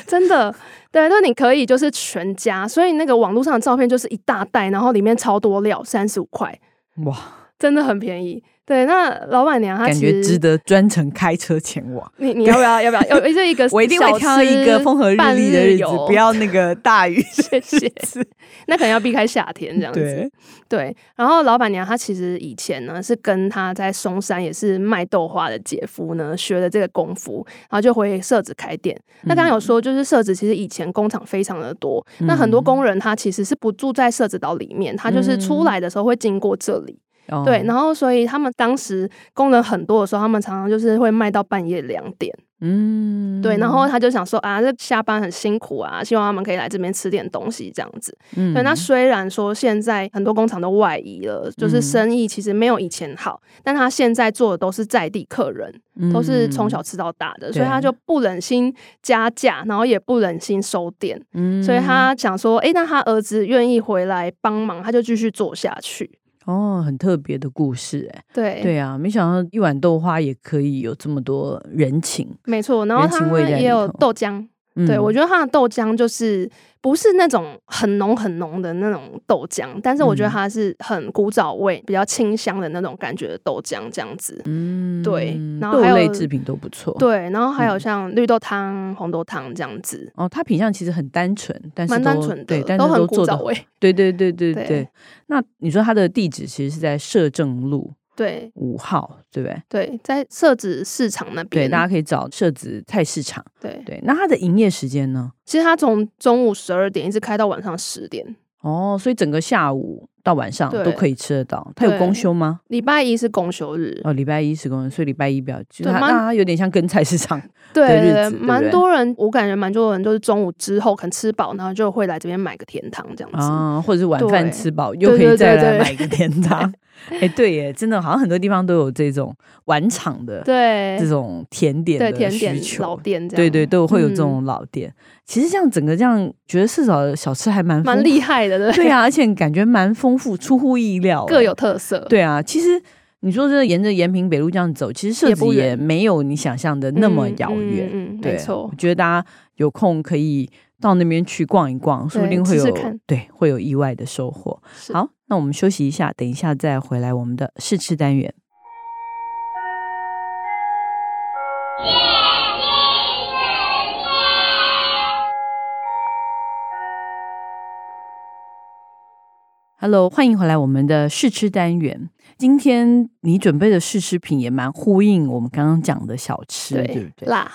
[SPEAKER 2] 真的，对，那你可以就是全家，所以那个网络上的照片就是一大袋，然后里面超多料，三十五块，
[SPEAKER 1] 哇，
[SPEAKER 2] 真的很便宜。对，那老板娘她
[SPEAKER 1] 感
[SPEAKER 2] 其
[SPEAKER 1] 觉
[SPEAKER 2] 实
[SPEAKER 1] 值得专程开车前往。
[SPEAKER 2] 你你要不要要不要？要这一个
[SPEAKER 1] 我一定会
[SPEAKER 2] 呃小
[SPEAKER 1] 挑一个
[SPEAKER 2] 吃
[SPEAKER 1] 风和日
[SPEAKER 2] 半
[SPEAKER 1] 丽的
[SPEAKER 2] 日
[SPEAKER 1] 日子
[SPEAKER 2] 游，
[SPEAKER 1] 不要那个大雨
[SPEAKER 2] [LAUGHS] 谢谢
[SPEAKER 1] 的日子。
[SPEAKER 2] 那可能要避开夏天这样子。
[SPEAKER 1] 对，
[SPEAKER 2] 对，然后老板娘她其实以前呢是跟她在松山也是卖豆花的姐夫呢学的这个功夫，然后就回社子开店。那刚刚
[SPEAKER 1] 嗯
[SPEAKER 2] 有说，就是社子其实以前工厂非常的多，那很
[SPEAKER 1] 嗯
[SPEAKER 2] 多工人他其实是不住在社子岛里面，他就是出来的时候会经过这里。
[SPEAKER 1] 嗯哦
[SPEAKER 2] 对，然后所以他们当时工人很多的时候，他们常常就是会卖到半夜两点。
[SPEAKER 1] 嗯
[SPEAKER 2] 对，然后他就想说啊，这下班很辛苦啊，希望他们可以来这边吃点东西这样子。
[SPEAKER 1] 嗯
[SPEAKER 2] 对，那虽然说现在很多工厂都外移了，就是
[SPEAKER 1] 嗯
[SPEAKER 2] 生意其实没有以前好，但他现在做的都是在地客人，都是从小吃到大的，所以他
[SPEAKER 1] 嗯对
[SPEAKER 2] 就不忍心加价，然后也不忍心收店，
[SPEAKER 1] 嗯，嗯
[SPEAKER 2] 所以他想说，诶，那他儿子愿意回来帮忙，他就继续做下去。
[SPEAKER 1] 哦，很特别的故事哎。
[SPEAKER 2] 对，
[SPEAKER 1] 对啊，没想到一碗豆花也可以有这么多人情。嗯
[SPEAKER 2] 没错。然后
[SPEAKER 1] 人情味
[SPEAKER 2] 他
[SPEAKER 1] 在里
[SPEAKER 2] 也有
[SPEAKER 1] 头
[SPEAKER 2] 豆浆，对，我
[SPEAKER 1] 就
[SPEAKER 2] 觉得它的豆浆就是不是那种很浓很浓的那种豆浆，但是我觉得
[SPEAKER 1] 嗯
[SPEAKER 2] 它是很古早味、比较清香的那种感觉的豆浆这样子。
[SPEAKER 1] 嗯
[SPEAKER 2] 对然后
[SPEAKER 1] 豆
[SPEAKER 2] 还
[SPEAKER 1] 类
[SPEAKER 2] 有
[SPEAKER 1] 制品都不错。，
[SPEAKER 2] 对，然后还有
[SPEAKER 1] 嗯
[SPEAKER 2] 像绿豆汤、红豆汤这样子，
[SPEAKER 1] 哦，它品相其实很单纯，但是
[SPEAKER 2] 蛮单
[SPEAKER 1] 都
[SPEAKER 2] 纯的
[SPEAKER 1] 对，，但
[SPEAKER 2] 都
[SPEAKER 1] 是
[SPEAKER 2] 很
[SPEAKER 1] 都
[SPEAKER 2] 古
[SPEAKER 1] 做
[SPEAKER 2] 早
[SPEAKER 1] 的
[SPEAKER 2] 味。
[SPEAKER 1] 对对对对
[SPEAKER 2] 对
[SPEAKER 1] 对。那你说它的地址其实是在摄政路
[SPEAKER 2] 对
[SPEAKER 1] 五号，对不对？
[SPEAKER 2] 对，在社子市场那
[SPEAKER 1] 对，
[SPEAKER 2] 边，
[SPEAKER 1] 大家可以找社子菜市场。
[SPEAKER 2] 对，
[SPEAKER 1] 对，那它的营业时间呢？
[SPEAKER 2] 其实它从中午十二点一直开到晚上十点，
[SPEAKER 1] 哦，所以整个下午到晚上
[SPEAKER 2] 对
[SPEAKER 1] 都可以吃得到。它有
[SPEAKER 2] 对
[SPEAKER 1] 公休吗？
[SPEAKER 2] 礼拜一是公休日，
[SPEAKER 1] 哦，礼拜一是公休，所以礼拜一比较，就是
[SPEAKER 2] 对
[SPEAKER 1] 它
[SPEAKER 2] 蛮
[SPEAKER 1] 那它有点像跟菜市场。
[SPEAKER 2] 对
[SPEAKER 1] 的日
[SPEAKER 2] 对对
[SPEAKER 1] 子对不
[SPEAKER 2] 蛮
[SPEAKER 1] 对
[SPEAKER 2] 多人，我感觉蛮多人就是中午之后可能吃饱，然后就会来这边买个甜汤这样子。
[SPEAKER 1] 啊，或者是晚
[SPEAKER 2] 对
[SPEAKER 1] 饭吃饱又
[SPEAKER 2] 对
[SPEAKER 1] 可
[SPEAKER 2] 对
[SPEAKER 1] 以再
[SPEAKER 2] 对
[SPEAKER 1] 来
[SPEAKER 2] 对
[SPEAKER 1] 买个甜
[SPEAKER 2] [LAUGHS]
[SPEAKER 1] 汤。哎、对耶，真的好像很多地方都有这种晚场的
[SPEAKER 2] 对
[SPEAKER 1] 这，种甜点
[SPEAKER 2] 对
[SPEAKER 1] 的
[SPEAKER 2] 甜点
[SPEAKER 1] 需求。
[SPEAKER 2] 老店这样，
[SPEAKER 1] 对对，都会有这
[SPEAKER 2] 嗯
[SPEAKER 1] 种老店。其实这样整个这样，觉得至少小吃还蛮
[SPEAKER 2] 蛮
[SPEAKER 1] 丰
[SPEAKER 2] 厉害的，对不对，
[SPEAKER 1] 对啊，而且感觉蛮丰富，出乎意料，
[SPEAKER 2] [LAUGHS] 各
[SPEAKER 1] 哎
[SPEAKER 2] 有特色，
[SPEAKER 1] 对啊，其实你说真的，沿着延平北路这样走，其实设
[SPEAKER 2] 也
[SPEAKER 1] 置
[SPEAKER 2] 不
[SPEAKER 1] 也
[SPEAKER 2] 远
[SPEAKER 1] 没有你想象的
[SPEAKER 2] 嗯，
[SPEAKER 1] 那么遥远。
[SPEAKER 2] 嗯，嗯嗯
[SPEAKER 1] 对，啊
[SPEAKER 2] 没错
[SPEAKER 1] 我，觉得大家有空可以到那边去逛一逛，说不
[SPEAKER 2] 对
[SPEAKER 1] 定会
[SPEAKER 2] 试
[SPEAKER 1] 有
[SPEAKER 2] 试看
[SPEAKER 1] 对会有意外的收获。
[SPEAKER 2] 是，
[SPEAKER 1] 好，那我们休息一下，等一下再回来我们的试吃单元。Hello，欢迎回来我们的试吃单元。今天你准备的试吃品也蛮呼应我们刚刚讲的小吃，对
[SPEAKER 2] 对
[SPEAKER 1] 不对？
[SPEAKER 2] 辣，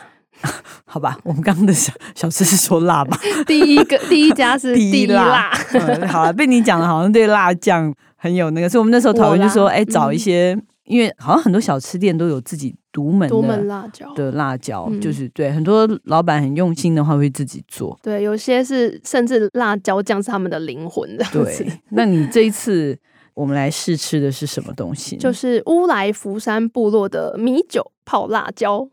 [SPEAKER 1] 好吧， [LAUGHS] 我们刚刚的小小吃是说辣 [LAUGHS] 吧？
[SPEAKER 2] 第一个第
[SPEAKER 1] [LAUGHS]
[SPEAKER 2] 一家是
[SPEAKER 1] 第一
[SPEAKER 2] 一
[SPEAKER 1] 辣，嗯好了，被你讲的好像对辣酱很有那个，所以我们那时候讨论就说，
[SPEAKER 2] 我啦
[SPEAKER 1] 哎、找一些，因为好像很多小吃店都有自己独门
[SPEAKER 2] 独门
[SPEAKER 1] 的
[SPEAKER 2] 辣椒，
[SPEAKER 1] 的辣椒，
[SPEAKER 2] 嗯
[SPEAKER 1] 就是对很多老板很用心的话会自己 [LAUGHS] 做。
[SPEAKER 2] 对，有些是甚至辣椒酱是他们的灵魂这样子
[SPEAKER 1] 对。，那你这一次我们来试吃的是什么东西呢？
[SPEAKER 2] [LAUGHS] 就是乌来福山部落的米酒泡辣椒，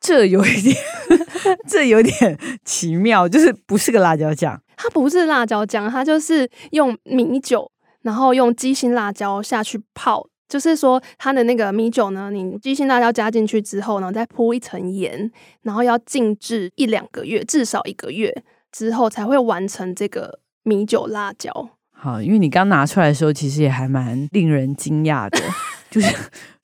[SPEAKER 1] 这有一点， [LAUGHS] 这有点奇妙，就是不是个辣椒酱，
[SPEAKER 2] 它不是辣椒酱，它就是用米酒，然后用鸡心辣椒下去泡。就是说，它的那个米酒呢，你鸡心辣椒加进去之后呢，再铺一层盐，然后要静置一两个月，至少一个月之后才会完成这个米酒辣
[SPEAKER 1] 哦
[SPEAKER 2] 椒。
[SPEAKER 1] 好，因为你刚拿出来的时候，其实也还蛮令人惊讶
[SPEAKER 2] [LAUGHS]
[SPEAKER 1] 的，就是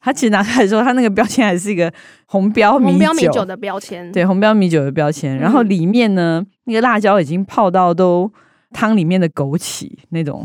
[SPEAKER 1] 它其实拿出来的时候，它那个标签还是一个红标米酒，
[SPEAKER 2] 红标米酒的标签，
[SPEAKER 1] 对红标米酒的标签，然后
[SPEAKER 2] 嗯
[SPEAKER 1] 里面呢，那个辣椒已经泡到都汤里面的枸杞那种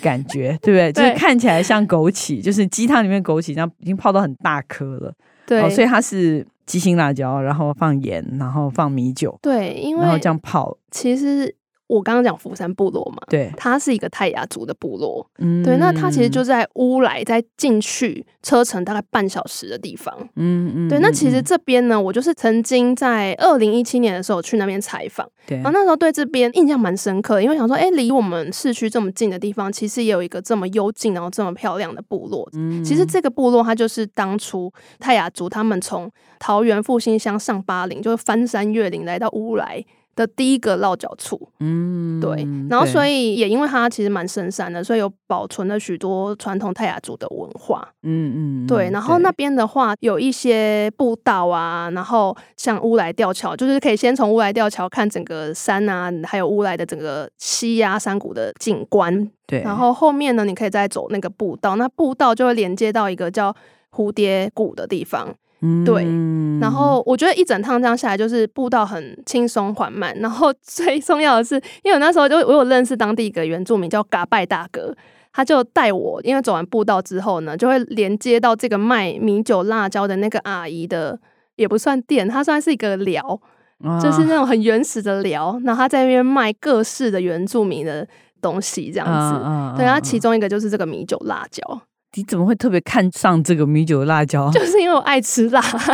[SPEAKER 1] 感觉，对不
[SPEAKER 2] [LAUGHS]
[SPEAKER 1] 对？就是
[SPEAKER 2] 对
[SPEAKER 1] 看起来像枸杞，就是鸡汤里面的枸杞，这样已经泡到很大颗了。
[SPEAKER 2] 对、
[SPEAKER 1] 哦，所以它是鸡心辣椒，然后放盐，然后放米酒，
[SPEAKER 2] 对，因
[SPEAKER 1] 然后
[SPEAKER 2] 为
[SPEAKER 1] 这样泡。
[SPEAKER 2] 其实我刚刚讲福山部落嘛，
[SPEAKER 1] 对，
[SPEAKER 2] 它是一个泰雅族的部落，
[SPEAKER 1] 嗯
[SPEAKER 2] 对，那它其实就在乌来，在进去车程大概半小时的地方。
[SPEAKER 1] 嗯嗯
[SPEAKER 2] 对，那其实
[SPEAKER 1] 嗯
[SPEAKER 2] 这边呢，我就是曾经在二零一七年的时候去那边采访，
[SPEAKER 1] 对
[SPEAKER 2] 啊然后那时候对这边印象蛮深刻的，因为想说，哎，离我们市区这么近的地方，其实也有一个这么幽静，然后这么漂亮的部落。
[SPEAKER 1] 嗯
[SPEAKER 2] 其实这个部落它就是当初泰雅族他们从桃园复兴乡上巴陵，就是翻山越岭来到乌来。的第一个落脚处。
[SPEAKER 1] 嗯，
[SPEAKER 2] 对，然后所
[SPEAKER 1] 以，
[SPEAKER 2] 以也因为它其实蛮深山的，所以有保存了许多传统泰雅族的文化。
[SPEAKER 1] 嗯嗯，
[SPEAKER 2] 对，
[SPEAKER 1] 嗯
[SPEAKER 2] 然后那，边的话有一些步道啊，然后像乌来吊桥，就是可以先从乌来吊桥看整个山啊，还有乌来的整个溪呀、山谷的景观。
[SPEAKER 1] 对，
[SPEAKER 2] 然后后面呢，你可以再走那个步道，那步道就会连接到一个叫蝴蝶谷的地方。对
[SPEAKER 1] 嗯
[SPEAKER 2] 然后我觉得一整趟这样下来，就是步道很轻松缓慢。然后 [LAUGHS] 最重要的是，因为我那时候就我有认识当地一个原住民叫嘎拜大哥，他就带我，因为走完步道之后呢，就会连接到这个卖米酒辣椒的那个阿姨的。也不算店，它算是一个寮，
[SPEAKER 1] 啊
[SPEAKER 2] 就是那种很原始的寮。然后他在那边卖各式的原住民的东西，
[SPEAKER 1] 啊
[SPEAKER 2] 这样子。
[SPEAKER 1] 样
[SPEAKER 2] 对，它其
[SPEAKER 1] 中
[SPEAKER 2] 中一个就是这个米酒辣椒， [LAUGHS]
[SPEAKER 1] 你怎么会特别看上这个米酒辣椒？ [LAUGHS]
[SPEAKER 2] 就是因为我爱吃辣，它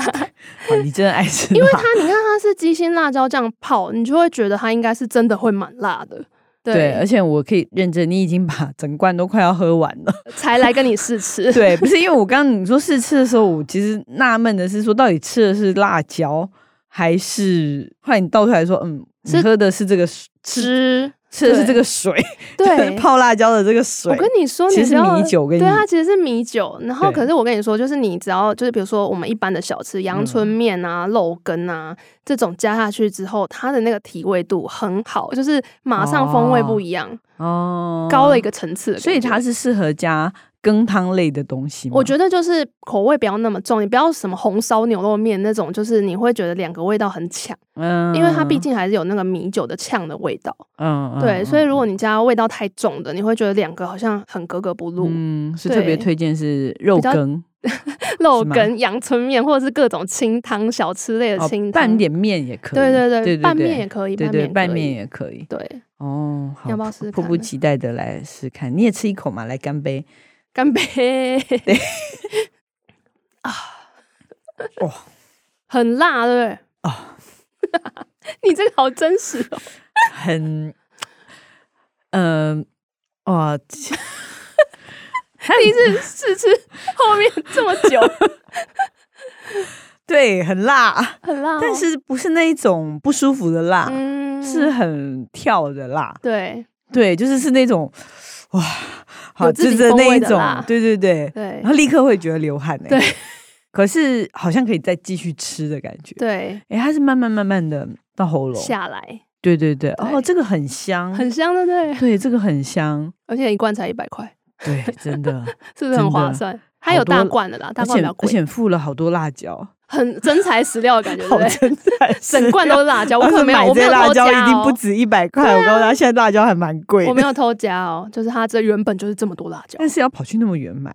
[SPEAKER 1] 哇你真的爱吃辣，因为它
[SPEAKER 2] 你看它是鸡心辣椒酱泡，你就会觉得它应该是真的会蛮辣的，
[SPEAKER 1] 对，而且我可以认真，你已经把整罐都快要喝完了。 [LAUGHS]
[SPEAKER 2] 才来跟你试吃。
[SPEAKER 1] 对，不是因为我刚刚你说试吃的时候，我其实纳闷的是说，到底吃的是辣椒还是？后来你倒出来说，嗯，你
[SPEAKER 2] 是
[SPEAKER 1] 喝的是这个吃
[SPEAKER 2] 汁，
[SPEAKER 1] 吃的是
[SPEAKER 2] 对
[SPEAKER 1] 这个水，
[SPEAKER 2] 对
[SPEAKER 1] [LAUGHS] 泡辣椒的这个水。
[SPEAKER 2] 我跟你说，
[SPEAKER 1] 其
[SPEAKER 2] 你
[SPEAKER 1] 实
[SPEAKER 2] 知道
[SPEAKER 1] 米酒跟
[SPEAKER 2] 对啊
[SPEAKER 1] 你
[SPEAKER 2] 它其实是米酒。然后，
[SPEAKER 1] 对
[SPEAKER 2] 可是我跟你说，就是你只要就是比如说我们一般的小吃，阳
[SPEAKER 1] 嗯
[SPEAKER 2] 春面啊、肉羹啊这种加下去之后，它的那个提味度很好，就是马上风味不一样，
[SPEAKER 1] 哦
[SPEAKER 2] 高了一，个层次的感觉。
[SPEAKER 1] 所以它是适合加羹汤类的东西吗。
[SPEAKER 2] 我觉得就是口味不要那么重，你不要什么红烧牛肉面那种，就是你会觉得两个味道很抢，
[SPEAKER 1] 得，嗯
[SPEAKER 2] 因为它毕，竟还是有那个米酒的呛的味道。
[SPEAKER 1] 嗯，嗯
[SPEAKER 2] 对，所以
[SPEAKER 1] 嗯
[SPEAKER 2] 如果你加味道太重的，你会觉得两个好像很格格不入。
[SPEAKER 1] 嗯，是特别
[SPEAKER 2] 对
[SPEAKER 1] 推荐是肉
[SPEAKER 2] 比较
[SPEAKER 1] 羹，
[SPEAKER 2] 肉
[SPEAKER 1] 是吗
[SPEAKER 2] 羹、阳春面或者是各种清汤小吃类的
[SPEAKER 1] 哦
[SPEAKER 2] 清汤，
[SPEAKER 1] 拌点面也可以，
[SPEAKER 2] 对对
[SPEAKER 1] 对
[SPEAKER 2] 对，拌面也
[SPEAKER 1] 可
[SPEAKER 2] 可以，
[SPEAKER 1] 对对，拌
[SPEAKER 2] 面
[SPEAKER 1] 面
[SPEAKER 2] 也
[SPEAKER 1] 也可以。
[SPEAKER 2] 可以对，
[SPEAKER 1] 哦，好
[SPEAKER 2] 要不要试试
[SPEAKER 1] 迫
[SPEAKER 2] 看
[SPEAKER 1] 不
[SPEAKER 2] 呢
[SPEAKER 1] 及待的来试试看，你也吃一口嘛，来干杯！
[SPEAKER 2] 干
[SPEAKER 1] [LAUGHS]
[SPEAKER 2] 杯！ [LAUGHS] 啊，
[SPEAKER 1] 哇
[SPEAKER 2] 哇，很辣，对不对？
[SPEAKER 1] 啊
[SPEAKER 2] 啊， [LAUGHS] 你这个好真实哦。
[SPEAKER 1] 很，嗯、
[SPEAKER 2] [LAUGHS]
[SPEAKER 1] 哇，
[SPEAKER 2] 第一
[SPEAKER 1] [LAUGHS]
[SPEAKER 2] 次试吃后面这么久，
[SPEAKER 1] 对，很辣，
[SPEAKER 2] 很辣哦、
[SPEAKER 1] 但是不是那一种不舒服的辣，
[SPEAKER 2] 嗯
[SPEAKER 1] 是很跳的辣，
[SPEAKER 2] 对
[SPEAKER 1] 对，就是是那种哇，好
[SPEAKER 2] 有自
[SPEAKER 1] 自
[SPEAKER 2] 己
[SPEAKER 1] 的
[SPEAKER 2] 风
[SPEAKER 1] 那
[SPEAKER 2] 味
[SPEAKER 1] 一
[SPEAKER 2] 的
[SPEAKER 1] 种
[SPEAKER 2] 辣，
[SPEAKER 1] 对对对，
[SPEAKER 2] 对
[SPEAKER 1] 然后立刻会觉得流汗、欸，
[SPEAKER 2] 对。
[SPEAKER 1] 可是好像可以再继续吃的感觉，
[SPEAKER 2] 对
[SPEAKER 1] 哎、它是慢慢慢慢的到喉咙，
[SPEAKER 2] 下来
[SPEAKER 1] 对对对，哦，
[SPEAKER 2] 对
[SPEAKER 1] 这个很香，
[SPEAKER 2] 很香，对不对？
[SPEAKER 1] 对，这个很香，
[SPEAKER 2] 而且一罐才一百块，
[SPEAKER 1] 对，真
[SPEAKER 2] [LAUGHS]
[SPEAKER 1] 的，
[SPEAKER 2] 是不是很划
[SPEAKER 1] 真的
[SPEAKER 2] 算？还有
[SPEAKER 1] 好多
[SPEAKER 2] 大罐的啦，大
[SPEAKER 1] 而
[SPEAKER 2] 罐
[SPEAKER 1] 且
[SPEAKER 2] 比较
[SPEAKER 1] 而
[SPEAKER 2] 贵，
[SPEAKER 1] 且附了好多辣椒，
[SPEAKER 2] 很真材实料的
[SPEAKER 1] [LAUGHS]
[SPEAKER 2] 感觉，对
[SPEAKER 1] 好
[SPEAKER 2] 不对？
[SPEAKER 1] 真材实料，
[SPEAKER 2] [LAUGHS] 整罐都是辣椒，我
[SPEAKER 1] 当
[SPEAKER 2] 可
[SPEAKER 1] 时
[SPEAKER 2] 能没有，
[SPEAKER 1] 买
[SPEAKER 2] 我没
[SPEAKER 1] 这
[SPEAKER 2] 有
[SPEAKER 1] 辣
[SPEAKER 2] 偷
[SPEAKER 1] 椒
[SPEAKER 2] 加
[SPEAKER 1] 一定不
[SPEAKER 2] 哦，
[SPEAKER 1] 止一百块，我告诉他，现在辣椒还蛮贵
[SPEAKER 2] 我没
[SPEAKER 1] 的，
[SPEAKER 2] 有偷加哦，就是它这原本就是这么多辣椒
[SPEAKER 1] [LAUGHS] 但。是要跑去那么远买，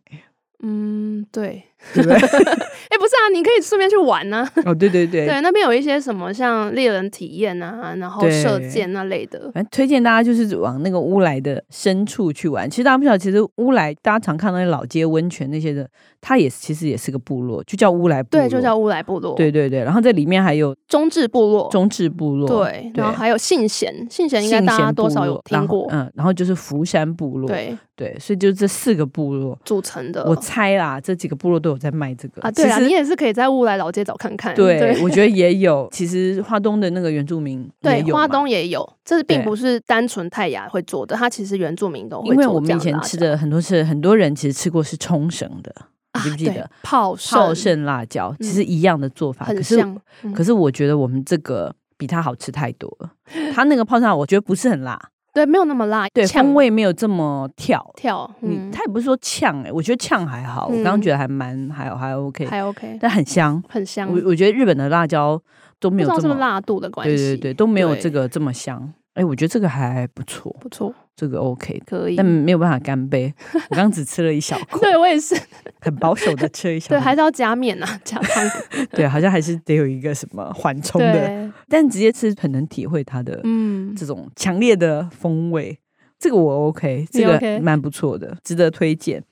[SPEAKER 2] 嗯，对。
[SPEAKER 1] 对
[SPEAKER 2] [LAUGHS]
[SPEAKER 1] 不对？
[SPEAKER 2] 哎，不是啊，你可以顺便去玩呢。
[SPEAKER 1] 哦，对对对，
[SPEAKER 2] [LAUGHS] 对，那边有一些什么像猎人体验啊，然后
[SPEAKER 1] 对
[SPEAKER 2] 射箭那类的。
[SPEAKER 1] 反正推荐大家就是往那个乌来的深处去玩。其实大家不晓得，其实乌来大家常看到那老街温泉那些的，它也其实也是个部落，就叫乌来部落。
[SPEAKER 2] 对，就叫乌来部落，
[SPEAKER 1] 对对对。然后这里面还有
[SPEAKER 2] 中智部落，
[SPEAKER 1] 中治部落，
[SPEAKER 2] 对，然后还有信贤，信贤应该
[SPEAKER 1] 信
[SPEAKER 2] 大家
[SPEAKER 1] 贤
[SPEAKER 2] 多少
[SPEAKER 1] 部
[SPEAKER 2] 有
[SPEAKER 1] 落
[SPEAKER 2] 听
[SPEAKER 1] 然后
[SPEAKER 2] 过，
[SPEAKER 1] 嗯，然后就是福山部落，
[SPEAKER 2] 对，
[SPEAKER 1] 对，所以就这四个部落，
[SPEAKER 2] 组成的。
[SPEAKER 1] 我猜啦，这几个部落都有在卖这个
[SPEAKER 2] 啊，对啊，
[SPEAKER 1] 其实
[SPEAKER 2] 你也是可以在乌来老街找看看。
[SPEAKER 1] 对，
[SPEAKER 2] 对
[SPEAKER 1] 我觉得也有。其实花东的那个原住民也
[SPEAKER 2] 对，
[SPEAKER 1] 有
[SPEAKER 2] 花
[SPEAKER 1] 嘛
[SPEAKER 2] 东也有，这并
[SPEAKER 1] 对
[SPEAKER 2] 不是单纯泰雅会做的，它其实原住民都会做。
[SPEAKER 1] 因为我们以
[SPEAKER 2] 啊
[SPEAKER 1] 前吃。的很多是很多人其实吃过是冲绳的，你
[SPEAKER 2] 啊
[SPEAKER 1] 记不记
[SPEAKER 2] 对
[SPEAKER 1] 得？
[SPEAKER 2] 泡
[SPEAKER 1] 泡
[SPEAKER 2] 盛
[SPEAKER 1] 盛辣椒
[SPEAKER 2] 嗯
[SPEAKER 1] 其实一样的做法，可
[SPEAKER 2] 很
[SPEAKER 1] 是
[SPEAKER 2] 像，嗯
[SPEAKER 1] 可是我觉得我们这个比它好吃太多了。
[SPEAKER 2] [LAUGHS]
[SPEAKER 1] 它那个泡菜我觉得不是很辣，
[SPEAKER 2] 对，没有那么辣，
[SPEAKER 1] 对，
[SPEAKER 2] 呛
[SPEAKER 1] 风味没有这么跳。
[SPEAKER 2] 跳，
[SPEAKER 1] 嗯，
[SPEAKER 2] 嗯，
[SPEAKER 1] 它也不是说呛哎、我觉得呛还好，我刚刚觉得还蛮还还 OK，
[SPEAKER 2] 还 OK，
[SPEAKER 1] 但很香。
[SPEAKER 2] 很香，
[SPEAKER 1] 我我觉得日本的辣椒都
[SPEAKER 2] 不
[SPEAKER 1] 没
[SPEAKER 2] 知
[SPEAKER 1] 有
[SPEAKER 2] 道是
[SPEAKER 1] 这
[SPEAKER 2] 不
[SPEAKER 1] 么
[SPEAKER 2] 是辣度的关
[SPEAKER 1] 对
[SPEAKER 2] 系，
[SPEAKER 1] 对对，都没有
[SPEAKER 2] 对
[SPEAKER 1] 这个这么香。哎，我觉得这个还不错，
[SPEAKER 2] 不错，
[SPEAKER 1] 这个 OK，
[SPEAKER 2] 可以
[SPEAKER 1] 但。没有办法干杯。我刚刚只吃了一小口，
[SPEAKER 2] 对我
[SPEAKER 1] [LAUGHS]
[SPEAKER 2] 也是，
[SPEAKER 1] 很保守的吃了一小口。
[SPEAKER 2] [LAUGHS] 对，还是要加面啊，加汤，
[SPEAKER 1] [LAUGHS] 对，好像还是得有一个什么缓冲的，
[SPEAKER 2] 对，
[SPEAKER 1] 但直接吃很能体会它的 [LAUGHS]
[SPEAKER 2] 嗯，
[SPEAKER 1] 这种强烈的风味。这个我 OK，这
[SPEAKER 2] 你
[SPEAKER 1] 个
[SPEAKER 2] OK
[SPEAKER 1] 蛮不错的，值得推荐。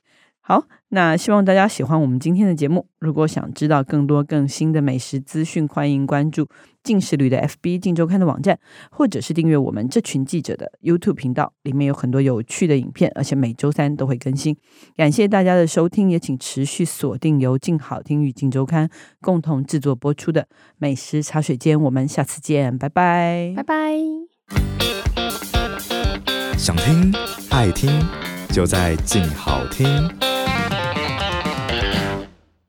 [SPEAKER 1] 好，那希望大家喜欢我们今天的节目。如果想知道更多更新的美食资讯，欢迎关注进食旅的 FB 进周刊的网站，或者是订阅我们这群记者的 YouTube 频道，里面有很多有趣的影片，而且每周三都会更新。感谢大家的收听，也请持续锁定由静好听与静周刊共同制作播出的美食茶水间。我们下次见，拜拜
[SPEAKER 2] 拜。拜。
[SPEAKER 3] 想听爱听，就在静好听。